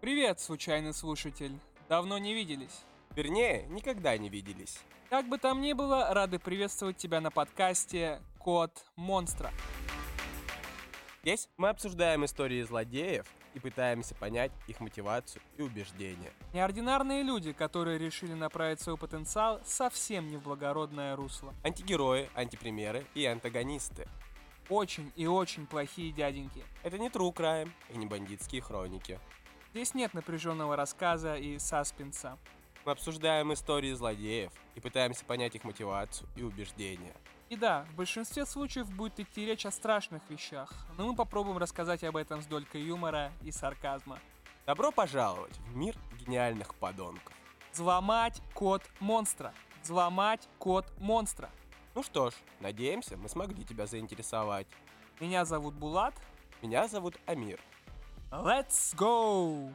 Привет, случайный слушатель. Давно не виделись. Вернее, никогда не виделись. Как бы там ни было, рады приветствовать тебя на подкасте «Код монстра». Здесь мы обсуждаем истории злодеев и пытаемся понять их мотивацию и убеждения. Неординарные люди, которые решили направить свой потенциал совсем не в благородное русло. Антигерои, антипримеры и антагонисты. Очень и очень плохие дяденьки. Это не true crime и не бандитские хроники. Здесь нет напряженного рассказа и саспенса. Мы обсуждаем истории злодеев и пытаемся понять их мотивацию и убеждения. И да, в большинстве случаев будет идти речь о страшных вещах, но мы попробуем рассказать об этом с долькой юмора и сарказма. Добро пожаловать в мир гениальных подонков. Взломать код монстра. Взломать код монстра. Ну что ж, надеемся, мы смогли тебя заинтересовать. Меня зовут Булат. Меня зовут Амир. Let's go!